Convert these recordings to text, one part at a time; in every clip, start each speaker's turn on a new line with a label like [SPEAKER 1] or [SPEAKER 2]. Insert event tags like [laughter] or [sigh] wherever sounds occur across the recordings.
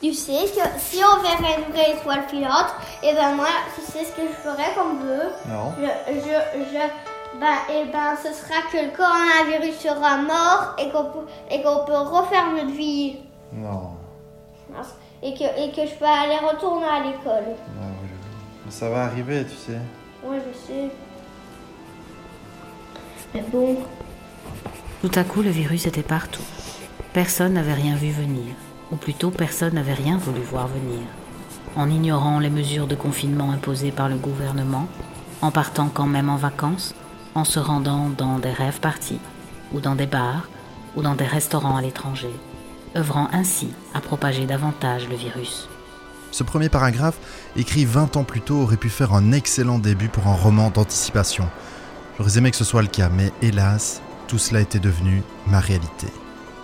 [SPEAKER 1] tu sais que si on verrait une vraie étoile filante, et ben moi, tu sais ce que je ferais comme bleu
[SPEAKER 2] Non.
[SPEAKER 1] Je, je, je, ben, et ben, ce sera que le coronavirus sera mort et qu'on peut, et qu'on peut refaire notre vie.
[SPEAKER 2] Non.
[SPEAKER 1] Mince. Et que, et que je peux aller retourner à l'école.
[SPEAKER 2] Ah, voilà. Mais ça va arriver, tu sais.
[SPEAKER 1] Ouais, je sais. Mais bon.
[SPEAKER 3] Tout à coup, le virus était partout. Personne n'avait rien vu venir, ou plutôt personne n'avait rien voulu voir venir. En ignorant les mesures de confinement imposées par le gouvernement, en partant quand même en vacances, en se rendant dans des rêves parties, ou dans des bars, ou dans des restaurants à l'étranger, œuvrant ainsi à propager davantage le virus.
[SPEAKER 4] Ce premier paragraphe, écrit 20 ans plus tôt, aurait pu faire un excellent début pour un roman d'anticipation. J'aurais aimé que ce soit le cas, mais hélas, tout cela était devenu ma réalité.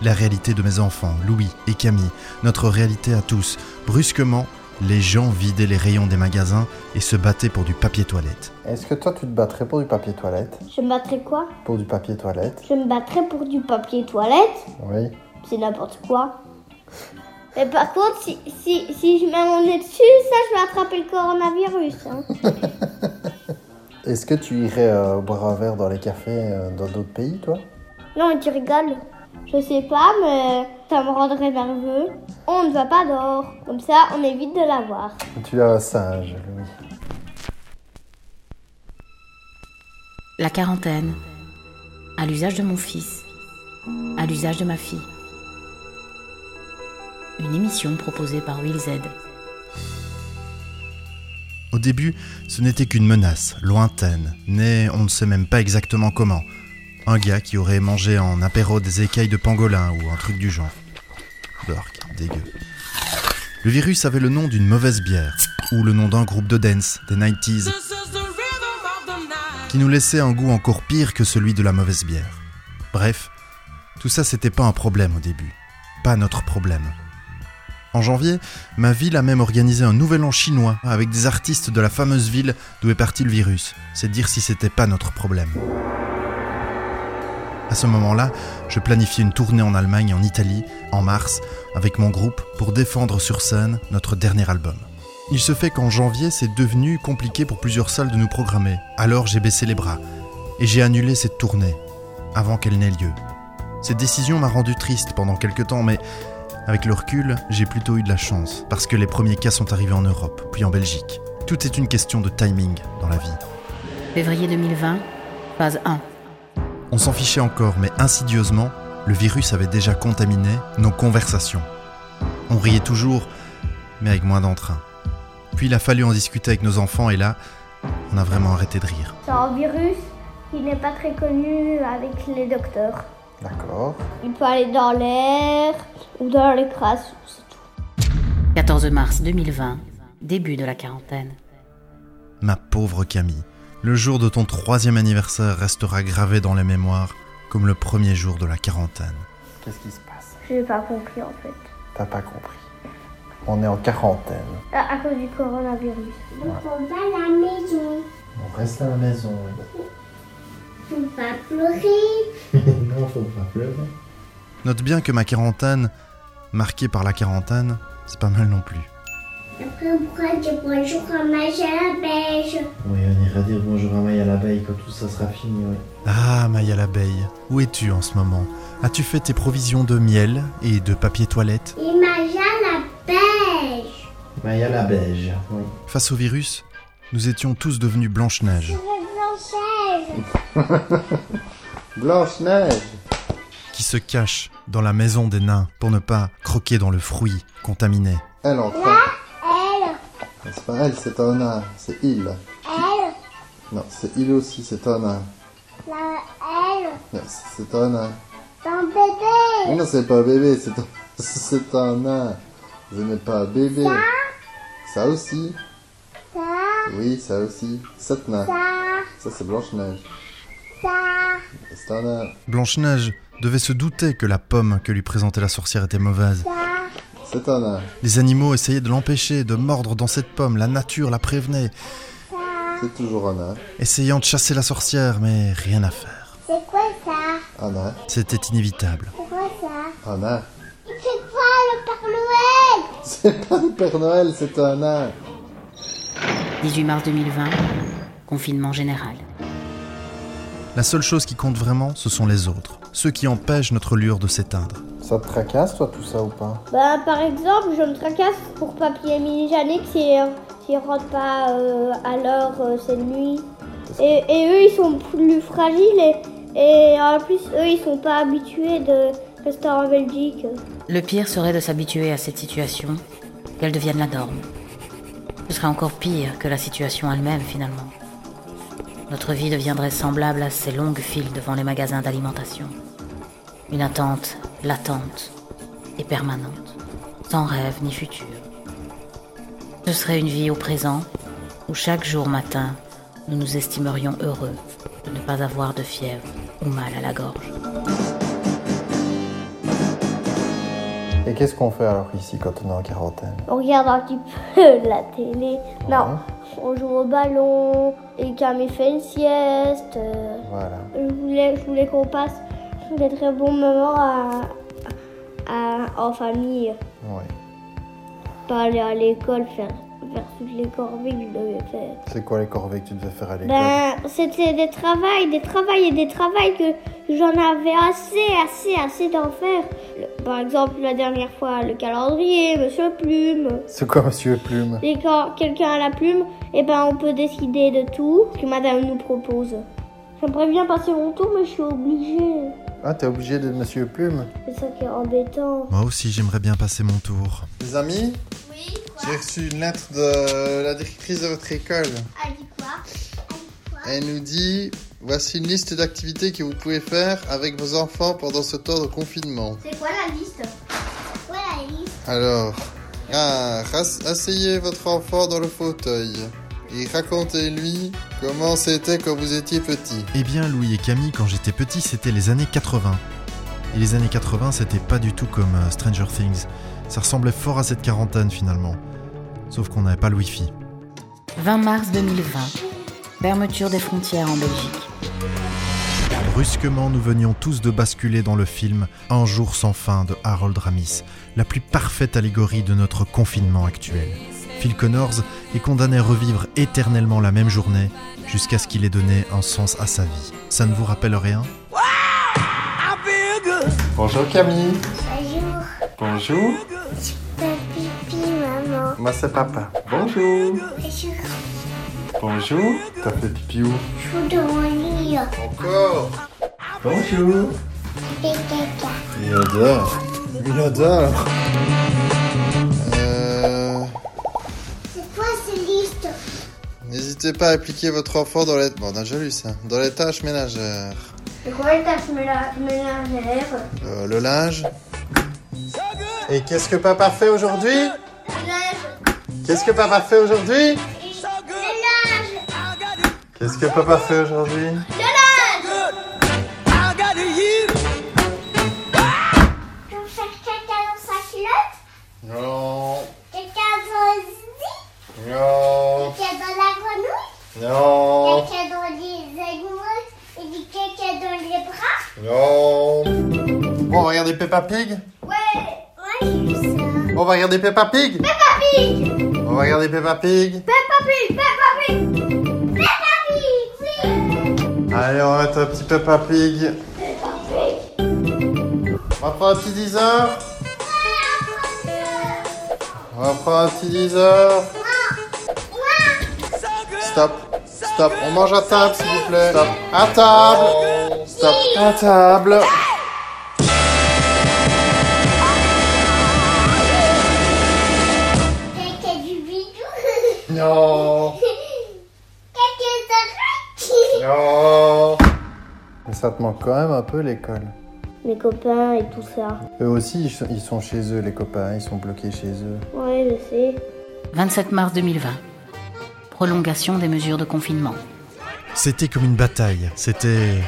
[SPEAKER 4] La réalité de mes enfants, Louis et Camille, notre réalité à tous. Brusquement, les gens vidaient les rayons des magasins et se battaient pour du papier toilette.
[SPEAKER 2] Est-ce que toi, tu te battrais pour du papier toilette
[SPEAKER 1] Je me battrais quoi
[SPEAKER 2] Pour du papier toilette
[SPEAKER 1] Je me battrais pour du papier toilette.
[SPEAKER 2] Oui.
[SPEAKER 1] C'est n'importe quoi. Mais par contre, si, si, si je mets mon nez dessus, ça, je vais attraper le coronavirus. hein.
[SPEAKER 2] Est-ce que tu irais euh, boire un verre dans les cafés euh, dans d'autres pays, toi
[SPEAKER 1] Non, tu rigoles. Je sais pas, mais ça me rendrait nerveux. On ne va pas dehors. Comme ça, on évite de l'avoir.
[SPEAKER 2] Tu es un singe, Louis.
[SPEAKER 3] La quarantaine, à l'usage de mon fils, à l'usage de ma fille. Une émission proposée par Will Z.
[SPEAKER 4] Au début, ce n'était qu'une menace, lointaine, née on ne sait même pas exactement comment. Un gars qui aurait mangé en apéro des écailles de pangolin ou un truc du genre. Burk, dégueu. Le virus avait le nom d'une mauvaise bière, ou le nom d'un groupe de dance, des 90s,
[SPEAKER 5] This is the rhythm of the night.
[SPEAKER 4] qui nous laissait un goût encore pire que celui de la mauvaise bière. Bref, tout ça c'était pas un problème au début, pas notre problème. En janvier, ma ville a même organisé un nouvel an chinois avec des artistes de la fameuse ville d'où est parti le virus. C'est dire si c'était pas notre problème. À ce moment-là, je planifiais une tournée en Allemagne et en Italie, en mars, avec mon groupe pour défendre sur scène notre dernier album. Il se fait qu'en janvier, c'est devenu compliqué pour plusieurs salles de nous programmer. Alors j'ai baissé les bras et j'ai annulé cette tournée avant qu'elle n'ait lieu. Cette décision m'a rendu triste pendant quelques temps, mais avec le recul, j'ai plutôt eu de la chance parce que les premiers cas sont arrivés en Europe, puis en Belgique. Tout est une question de timing dans la vie.
[SPEAKER 3] Février 2020, phase 1.
[SPEAKER 4] On s'en fichait encore, mais insidieusement, le virus avait déjà contaminé nos conversations. On riait toujours, mais avec moins d'entrain. Puis il a fallu en discuter avec nos enfants, et là, on a vraiment arrêté de rire.
[SPEAKER 1] C'est un virus qui n'est pas très connu avec les docteurs.
[SPEAKER 2] D'accord.
[SPEAKER 1] Il peut aller dans l'air ou dans les crasses. c'est tout.
[SPEAKER 3] 14 mars 2020, début de la quarantaine.
[SPEAKER 4] Ma pauvre Camille, le jour de ton troisième anniversaire restera gravé dans les mémoires comme le premier jour de la quarantaine.
[SPEAKER 2] Qu'est-ce qui se passe
[SPEAKER 1] J'ai pas compris en fait.
[SPEAKER 2] T'as pas compris. On est en quarantaine.
[SPEAKER 1] À, à cause du coronavirus.
[SPEAKER 6] Donc on va à la maison.
[SPEAKER 2] On reste à la maison.
[SPEAKER 6] On va pleurer.
[SPEAKER 2] non, faut pas pleurer.
[SPEAKER 4] Note bien que ma quarantaine, marquée par la quarantaine, c'est pas mal non plus.
[SPEAKER 6] Après on pourra dire bonjour à ma chère beige.
[SPEAKER 2] Oui, on ira dire bonjour à Maya l'abeille quand tout ça sera fini, oui.
[SPEAKER 4] Ah, Maya l'abeille, où es-tu en ce moment As-tu fait tes provisions de miel et de papier toilette
[SPEAKER 6] Et ma chère la beige.
[SPEAKER 2] Maya la beige, oui.
[SPEAKER 4] Face au virus, nous étions tous devenus Blanche-Neige,
[SPEAKER 6] Blanchège.
[SPEAKER 2] Blanche-Neige
[SPEAKER 4] qui se cache dans la maison des nains pour ne pas croquer dans le fruit contaminé.
[SPEAKER 2] Elle en train.
[SPEAKER 6] Elle,
[SPEAKER 2] C'est pas elle, c'est un nain. C'est il.
[SPEAKER 6] elle,
[SPEAKER 2] Non, c'est il aussi, c'est un nain.
[SPEAKER 6] la elle.
[SPEAKER 2] Non, c'est c'est un nain.
[SPEAKER 6] Ton bébé.
[SPEAKER 2] Mais non, c'est pas un bébé, c'est un... [laughs] c'est un nain. Ce n'est pas un bébé. Ça aussi.
[SPEAKER 6] Ça,
[SPEAKER 2] Oui, ça aussi. Sept nains.
[SPEAKER 6] ça,
[SPEAKER 2] Ça, c'est Blanche-Neige.
[SPEAKER 6] ça.
[SPEAKER 2] C'est un nain.
[SPEAKER 4] Blanche-Neige devait se douter que la pomme que lui présentait la sorcière était mauvaise.
[SPEAKER 2] C'est un nain.
[SPEAKER 4] Les animaux essayaient de l'empêcher, de mordre dans cette pomme, la nature la prévenait,
[SPEAKER 2] C'est toujours un nain.
[SPEAKER 4] essayant de chasser la sorcière, mais rien à faire.
[SPEAKER 6] C'est quoi ça
[SPEAKER 2] Un nain.
[SPEAKER 4] C'était inévitable.
[SPEAKER 6] C'est quoi ça
[SPEAKER 2] Un nain. [laughs]
[SPEAKER 6] C'est quoi le Père Noël
[SPEAKER 2] C'est pas le Père Noël, c'est un nain.
[SPEAKER 3] 18 mars 2020, confinement général.
[SPEAKER 4] La seule chose qui compte vraiment, ce sont les autres, ceux qui empêchent notre lueur de s'éteindre.
[SPEAKER 2] Ça te tracasse, toi, tout ça ou pas
[SPEAKER 1] Ben, par exemple, je me tracasse pour papy Émilie Janet qui qui rentre pas euh, à l'heure euh, cette nuit. Et, et eux, ils sont plus fragiles et, et en plus, eux, ils sont pas habitués de rester en Belgique.
[SPEAKER 3] Le pire serait de s'habituer à cette situation, qu'elle devienne la norme. Ce serait encore pire que la situation elle-même finalement. Notre vie deviendrait semblable à ces longues files devant les magasins d'alimentation. Une attente latente et permanente, sans rêve ni futur. Ce serait une vie au présent où chaque jour matin, nous nous estimerions heureux de ne pas avoir de fièvre ou mal à la gorge.
[SPEAKER 7] Et qu'est-ce qu'on fait alors ici quand on est en quarantaine
[SPEAKER 1] On regarde un petit peu [laughs] la télé. Non, on joue au ballon et Camille fait une sieste. euh,
[SPEAKER 7] Voilà.
[SPEAKER 1] Je voulais, je voulais qu'on passe des très bons moments à, à- en famille.
[SPEAKER 7] Oui.
[SPEAKER 1] Pas aller à l'école, faire, faire toutes les corvées que je devais faire.
[SPEAKER 7] C'est quoi les corvées que tu devais faire à l'école
[SPEAKER 1] Ben, c'était des travails, des travails et des travails que j'en avais assez, assez, assez d'en faire. Le- Par exemple, la dernière fois, le calendrier, Monsieur Plume.
[SPEAKER 7] C'est quoi Monsieur Plume
[SPEAKER 1] Et quand quelqu'un a la plume, eh ben, on peut décider de tout ce que Madame nous propose. J'aimerais bien passer mon tour, mais je suis obligée.
[SPEAKER 7] Ah, t'es obligé d'être Monsieur Plume
[SPEAKER 1] C'est ça qui est embêtant.
[SPEAKER 4] Moi aussi, j'aimerais bien passer mon tour.
[SPEAKER 7] Les amis
[SPEAKER 6] Oui,
[SPEAKER 7] J'ai reçu une lettre de la directrice de votre école.
[SPEAKER 6] elle dit quoi
[SPEAKER 7] Elle nous dit Voici une liste d'activités que vous pouvez faire avec vos enfants pendant ce temps de confinement.
[SPEAKER 6] C'est quoi la liste C'est quoi la liste
[SPEAKER 7] Alors, ah, ras- asseyez votre enfant dans le fauteuil et racontez-lui comment c'était quand vous étiez petit.
[SPEAKER 4] Eh bien, Louis et Camille, quand j'étais petit, c'était les années 80. Et les années 80, c'était pas du tout comme euh, Stranger Things. Ça ressemblait fort à cette quarantaine finalement. Sauf qu'on n'avait pas le Wi-Fi.
[SPEAKER 3] 20 mars 2020, fermeture des frontières en Belgique.
[SPEAKER 4] Brusquement, nous venions tous de basculer dans le film Un jour sans fin de Harold Ramis, la plus parfaite allégorie de notre confinement actuel. Phil Connors est condamné à revivre éternellement la même journée jusqu'à ce qu'il ait donné un sens à sa vie. Ça ne vous rappelle rien
[SPEAKER 7] Bonjour Camille.
[SPEAKER 6] Bonjour,
[SPEAKER 7] Bonjour.
[SPEAKER 6] pipi, maman.
[SPEAKER 7] Moi c'est papa. Bonjour.
[SPEAKER 6] Bonjour,
[SPEAKER 7] Bonjour. T'as fait pipi où
[SPEAKER 6] je suis dans mon lit.
[SPEAKER 7] Encore. Bonjour.
[SPEAKER 6] Fais caca.
[SPEAKER 7] Une odeur. Une odeur. Euh...
[SPEAKER 6] C'est quoi cette liste
[SPEAKER 7] N'hésitez pas à appliquer votre enfant dans les... Bon, on a déjà lu ça. Dans les tâches ménagères.
[SPEAKER 1] C'est quoi les tâches ménagères
[SPEAKER 7] Euh, le linge. Et qu'est-ce que papa fait aujourd'hui Qu'est-ce que papa fait aujourd'hui Qu'est-ce que papa fait aujourd'hui
[SPEAKER 6] Je veux faire caca dans sa culotte
[SPEAKER 7] Non,
[SPEAKER 6] Caca dans le lit
[SPEAKER 7] non,
[SPEAKER 6] Caca dans la grenouille
[SPEAKER 7] non,
[SPEAKER 6] Caca dans les animaux Et du caca dans les bras
[SPEAKER 7] non. Bon, on va regarder Peppa Pig.
[SPEAKER 6] Ouais, ouais, j'ai vu ça.
[SPEAKER 7] On va regarder Peppa Pig.
[SPEAKER 6] Peppa Pig
[SPEAKER 7] On va regarder Peppa Pig.
[SPEAKER 6] Peppa Pig Peppa Pig Peppa Pig, oui
[SPEAKER 7] Allez, on va mettre un petit Peppa Pig. On va prendre un petit 10 heures. On va prendre un petit 10 heures. Stop. Stop. On mange à table, s'il vous plaît. Stop. À table. Stop. À table.
[SPEAKER 6] Caca du [laughs] bidou
[SPEAKER 7] Non.
[SPEAKER 6] Caca de
[SPEAKER 7] Non. Mais ça te manque quand même un peu l'école.
[SPEAKER 1] Mes copains et tout ça.
[SPEAKER 7] Eux aussi, ils sont- ils sont chez eux, les copains. Ils sont bloqués chez eux.
[SPEAKER 1] Ouais, je sais.
[SPEAKER 3] 27 mars 2020, prolongation des mesures de confinement.
[SPEAKER 4] C'était comme une bataille. C'était.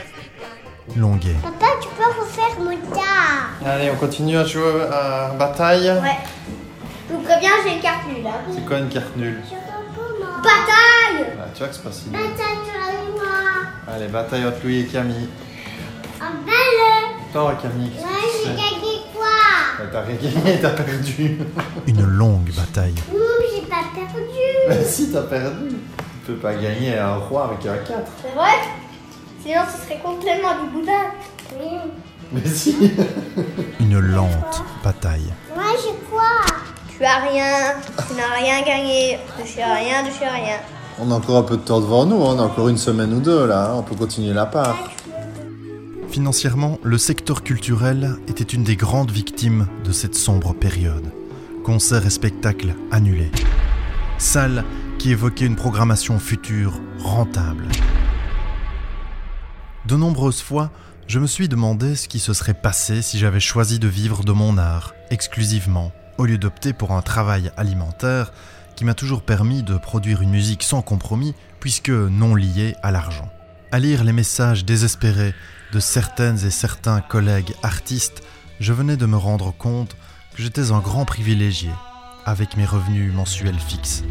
[SPEAKER 4] longuet.
[SPEAKER 6] Papa, tu peux refaire mon tas
[SPEAKER 7] Allez, on continue à jouer à bataille.
[SPEAKER 1] Je vous préviens, j'ai une carte nulle. Hein.
[SPEAKER 7] C'est quoi une carte nulle
[SPEAKER 6] Je recommande
[SPEAKER 1] Bataille
[SPEAKER 7] Ah, Tu vois que c'est pas si nul.
[SPEAKER 6] Bataille, toi et moi
[SPEAKER 7] Allez, bataille entre Louis et Camille.
[SPEAKER 6] En belle
[SPEAKER 7] Toi, Camille, qu'est-ce
[SPEAKER 6] Moi,
[SPEAKER 7] que tu Bah,
[SPEAKER 6] j'ai
[SPEAKER 7] sais
[SPEAKER 6] gagné quoi
[SPEAKER 2] Mais T'as rien
[SPEAKER 7] [laughs]
[SPEAKER 2] gagné, t'as perdu.
[SPEAKER 4] Une longue bataille.
[SPEAKER 6] Hum, j'ai pas perdu.
[SPEAKER 2] Mais si, t'as perdu. Tu peux pas gagner un roi avec un 4.
[SPEAKER 1] C'est vrai Sinon, ce serait complètement du boudin.
[SPEAKER 6] Oui.
[SPEAKER 2] Mais si.
[SPEAKER 4] Une lente bataille.
[SPEAKER 6] Moi, j'ai quoi
[SPEAKER 1] Tu as rien, tu n'as rien gagné, de chez rien, de chez rien.
[SPEAKER 2] On a encore un peu de temps devant nous, hein. on a encore une semaine ou deux là, hein. on peut continuer la part.
[SPEAKER 4] Financièrement, le secteur culturel était une des grandes victimes de cette sombre période. Concerts et spectacles annulés. Salles qui évoquaient une programmation future rentable. De nombreuses fois, je me suis demandé ce qui se serait passé si j'avais choisi de vivre de mon art exclusivement, au lieu d'opter pour un travail alimentaire qui m'a toujours permis de produire une musique sans compromis, puisque non liée à l'argent. À lire les messages désespérés de certaines et certains collègues artistes, je venais de me rendre compte que j'étais un grand privilégié avec mes revenus mensuels fixes.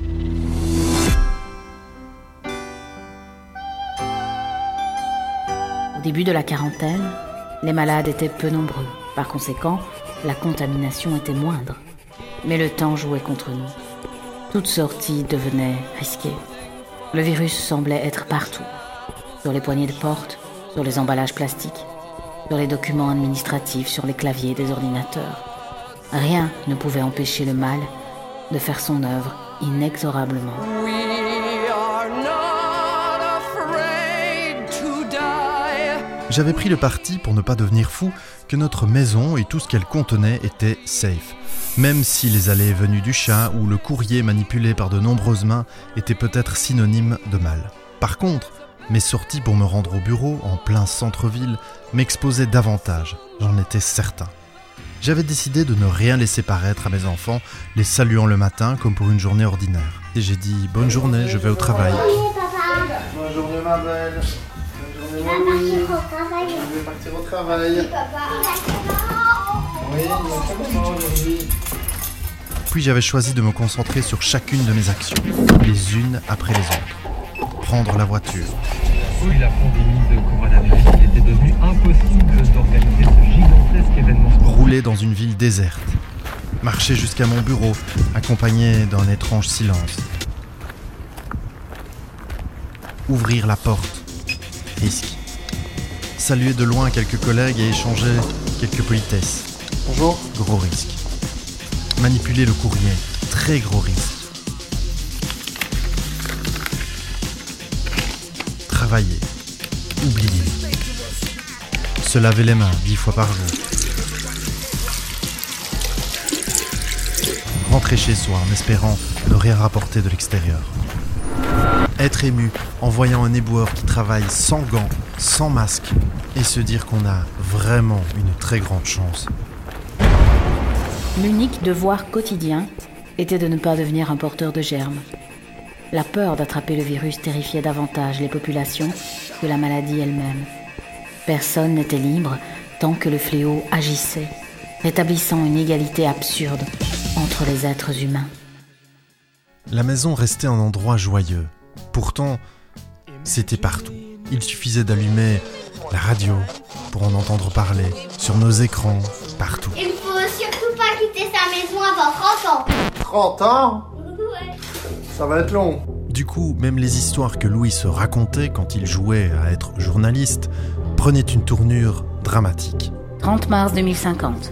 [SPEAKER 3] Au début de la quarantaine, les malades étaient peu nombreux. Par conséquent, la contamination était moindre. Mais le temps jouait contre nous. Toute sortie devenait risquée. Le virus semblait être partout. Sur les poignées de porte, sur les emballages plastiques, sur les documents administratifs, sur les claviers des ordinateurs. Rien ne pouvait empêcher le mal de faire son œuvre inexorablement.
[SPEAKER 5] We are not afraid to die.
[SPEAKER 4] J'avais pris le parti, pour ne pas devenir fou, que notre maison et tout ce qu'elle contenait était safe. Même si les allées et venues du chat ou le courrier manipulé par de nombreuses mains étaient peut-être synonymes de mal. Par contre, mes sorties pour me rendre au bureau, en plein centre-ville, m'exposaient davantage, j'en étais certain. J'avais décidé de ne rien laisser paraître à mes enfants, les saluant le matin comme pour une journée ordinaire. Et j'ai dit bonne journée, je vais au travail.
[SPEAKER 6] Oui, papa.
[SPEAKER 2] Bonjour ma belle. Bonne
[SPEAKER 6] On va partir au travail.
[SPEAKER 2] Je vais partir au travail. Oui, aujourd'hui.
[SPEAKER 4] Puis j'avais choisi de me concentrer sur chacune de mes actions, les unes après les autres. Prendre la voiture,
[SPEAKER 8] depuis la pandémie de coronavirus, il était devenu impossible d'organiser ce gigantesque événement sportif.
[SPEAKER 4] rouler dans une ville déserte, marcher jusqu'à mon bureau, accompagné d'un étrange silence. Ouvrir la porte, risque. Saluer de loin quelques collègues et échanger quelques politesses.
[SPEAKER 2] Bonjour.
[SPEAKER 4] gros risque. Manipuler le courrier, très gros risque. Travailler, oublier. Se laver les mains dix fois par jour. Rentrer chez soi en espérant ne rien rapporter de l'extérieur. Être ému en voyant un éboueur qui travaille sans gants, sans masque, et se dire qu'on a vraiment une très grande chance
[SPEAKER 3] L'unique devoir quotidien était de ne pas devenir un porteur de germes. La peur d'attraper le virus terrifiait davantage les populations que la maladie elle-même. Personne n'était libre tant que le fléau agissait, rétablissant une égalité absurde entre les êtres humains.
[SPEAKER 4] La maison restait un endroit joyeux. Pourtant, c'était partout. Il suffisait d'allumer la radio pour en entendre parler, sur nos écrans, partout.
[SPEAKER 6] Il faut surtout pas quitter sa maison avant 30 ans.
[SPEAKER 2] 30 ans hein Ça va être long.
[SPEAKER 4] Du coup, même les histoires que Louis se racontait quand il jouait à être journaliste prenaient une tournure dramatique.
[SPEAKER 3] 30 mars 2050.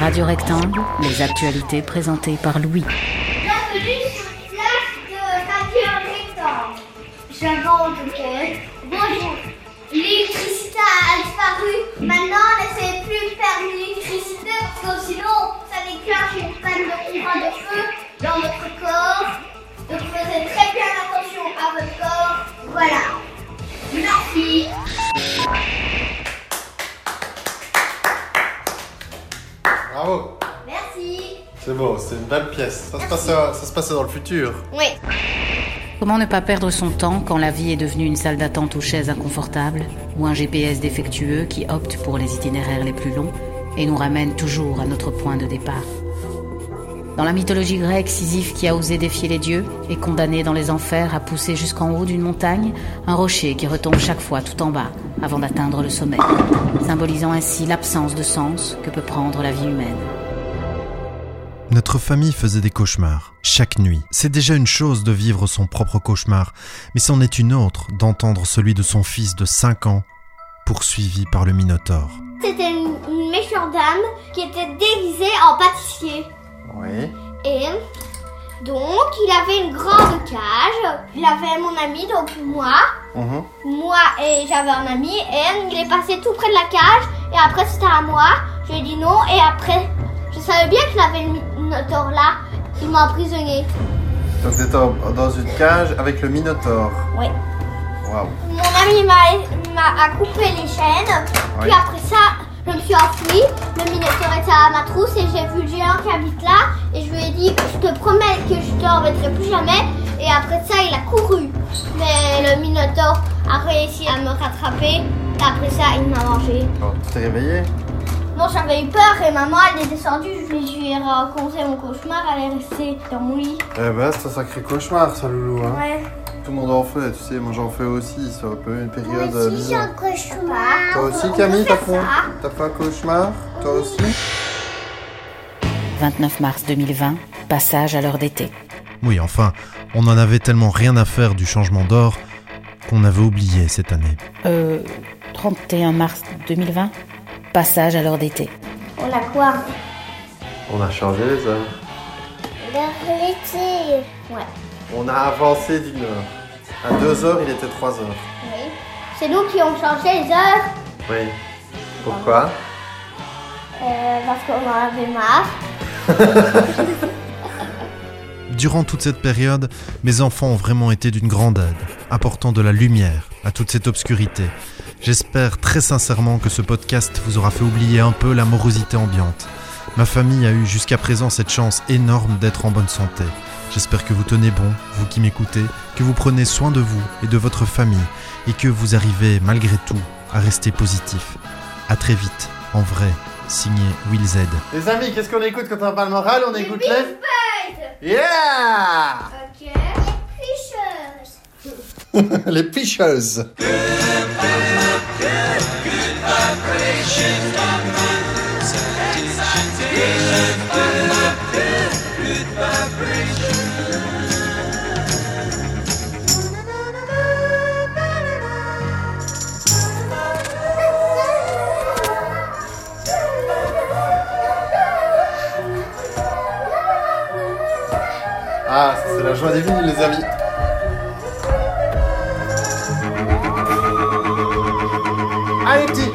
[SPEAKER 3] Radio Rectangle, les actualités présentées par Louis.
[SPEAKER 6] Bienvenue sur les plages de Radio Rectangle. J'invente, ok Bonjour. L'électricité a disparu. Maintenant, on ne sait plus faire l'électricité parce que sinon, ça déclenche une panne de courant de feu dans notre corps. Donc, faites très bien attention à votre corps. Voilà. Merci.
[SPEAKER 2] Bravo.
[SPEAKER 6] Merci.
[SPEAKER 2] C'est beau, c'est une belle pièce. Ça se passe, ça se passe dans le futur.
[SPEAKER 1] Oui.
[SPEAKER 3] Comment ne pas perdre son temps quand la vie est devenue une salle d'attente aux chaises inconfortables ou un GPS défectueux qui opte pour les itinéraires les plus longs et nous ramène toujours à notre point de départ Dans la mythologie grecque, Sisyphe qui a osé défier les dieux est condamné dans les enfers à pousser jusqu'en haut d'une montagne un rocher qui retombe chaque fois tout en bas avant d'atteindre le sommet, symbolisant ainsi l'absence de sens que peut prendre la vie humaine.
[SPEAKER 4] Notre famille faisait des cauchemars, chaque nuit. C'est déjà une chose de vivre son propre cauchemar, mais c'en est une autre d'entendre celui de son fils de 5 ans, poursuivi par le Minotaure.
[SPEAKER 1] C'était une, une méchante dame qui était déguisée en pâtissier.
[SPEAKER 7] Oui.
[SPEAKER 1] Et donc, il avait une grande cage. Il avait mon ami, donc moi.
[SPEAKER 7] Mhm.
[SPEAKER 1] Moi et j'avais un ami. Et il est passé tout près de la cage. Et après, c'était à moi. Je lui ai dit non. Et après, je savais bien qu'il avait le minotaure là. Il m'a emprisonné.
[SPEAKER 7] Donc t'étais en- dans une cage avec le Minotaure.
[SPEAKER 1] Oui.
[SPEAKER 7] Waouh.
[SPEAKER 1] Mon ami m'a- m'a a coupé les chaînes.
[SPEAKER 7] Ouais.
[SPEAKER 1] Puis après ça, je me suis enfuie. Le minotaure était à ma trousse et j'ai vu le géant qui habite là. Et je lui ai dit, je te promets que je te remettrai plus jamais. Et après ça, il a couru. Mais le minotaure a réussi à me rattraper. Et après ça, il m'a mangé.
[SPEAKER 7] Alors, Oh, tu t'es réveillé
[SPEAKER 1] Bon, j'avais eu peur et maman, elle est descendue. Je lui je lui ai raconté mon cauchemar. Elle est restée dans mon lit.
[SPEAKER 7] Eh ben, c'est un sacré cauchemar, ça, loulou. Hein.
[SPEAKER 1] Ouais.
[SPEAKER 7] Tout le monde en fait, tu sais, moi j'en fais aussi, c'est un peu une période euh, bizarre.
[SPEAKER 1] cauchemar.
[SPEAKER 7] Toi aussi, Camille, t'as fait, t'as fait un cauchemar Toi aussi
[SPEAKER 3] 29 mars 2020, passage à l'heure d'été.
[SPEAKER 4] Oui, enfin, on en avait tellement rien à faire du changement d'or qu'on avait oublié cette année.
[SPEAKER 3] Euh, 31 mars 2020, passage à l'heure d'été.
[SPEAKER 1] On a quoi
[SPEAKER 7] On a changé les heures.
[SPEAKER 1] Ouais.
[SPEAKER 7] On a avancé d'une heure. À deux heures, il était trois heures.
[SPEAKER 1] Oui. C'est nous qui avons changé les heures
[SPEAKER 7] Oui. Pourquoi
[SPEAKER 1] euh, parce qu'on en avait marre.
[SPEAKER 4] Durant toute cette période, mes enfants ont vraiment été d'une grande aide, apportant de la lumière à toute cette obscurité. J'espère très sincèrement que ce podcast vous aura fait oublier un peu la morosité ambiante. Ma famille a eu jusqu'à présent cette chance énorme d'être en bonne santé. J'espère que vous tenez bon, vous qui m'écoutez, que vous prenez soin de vous et de votre famille, et que vous arrivez malgré tout à rester positif. À très vite, en vrai, signé Will Z.
[SPEAKER 7] Les amis, qu'est-ce qu'on écoute quand on a pas le moral On écoute les... Yeah
[SPEAKER 1] Ok.
[SPEAKER 6] Les picheuses.
[SPEAKER 7] Ah, ça, c'est la joie des vignes, les amis. Allez, petit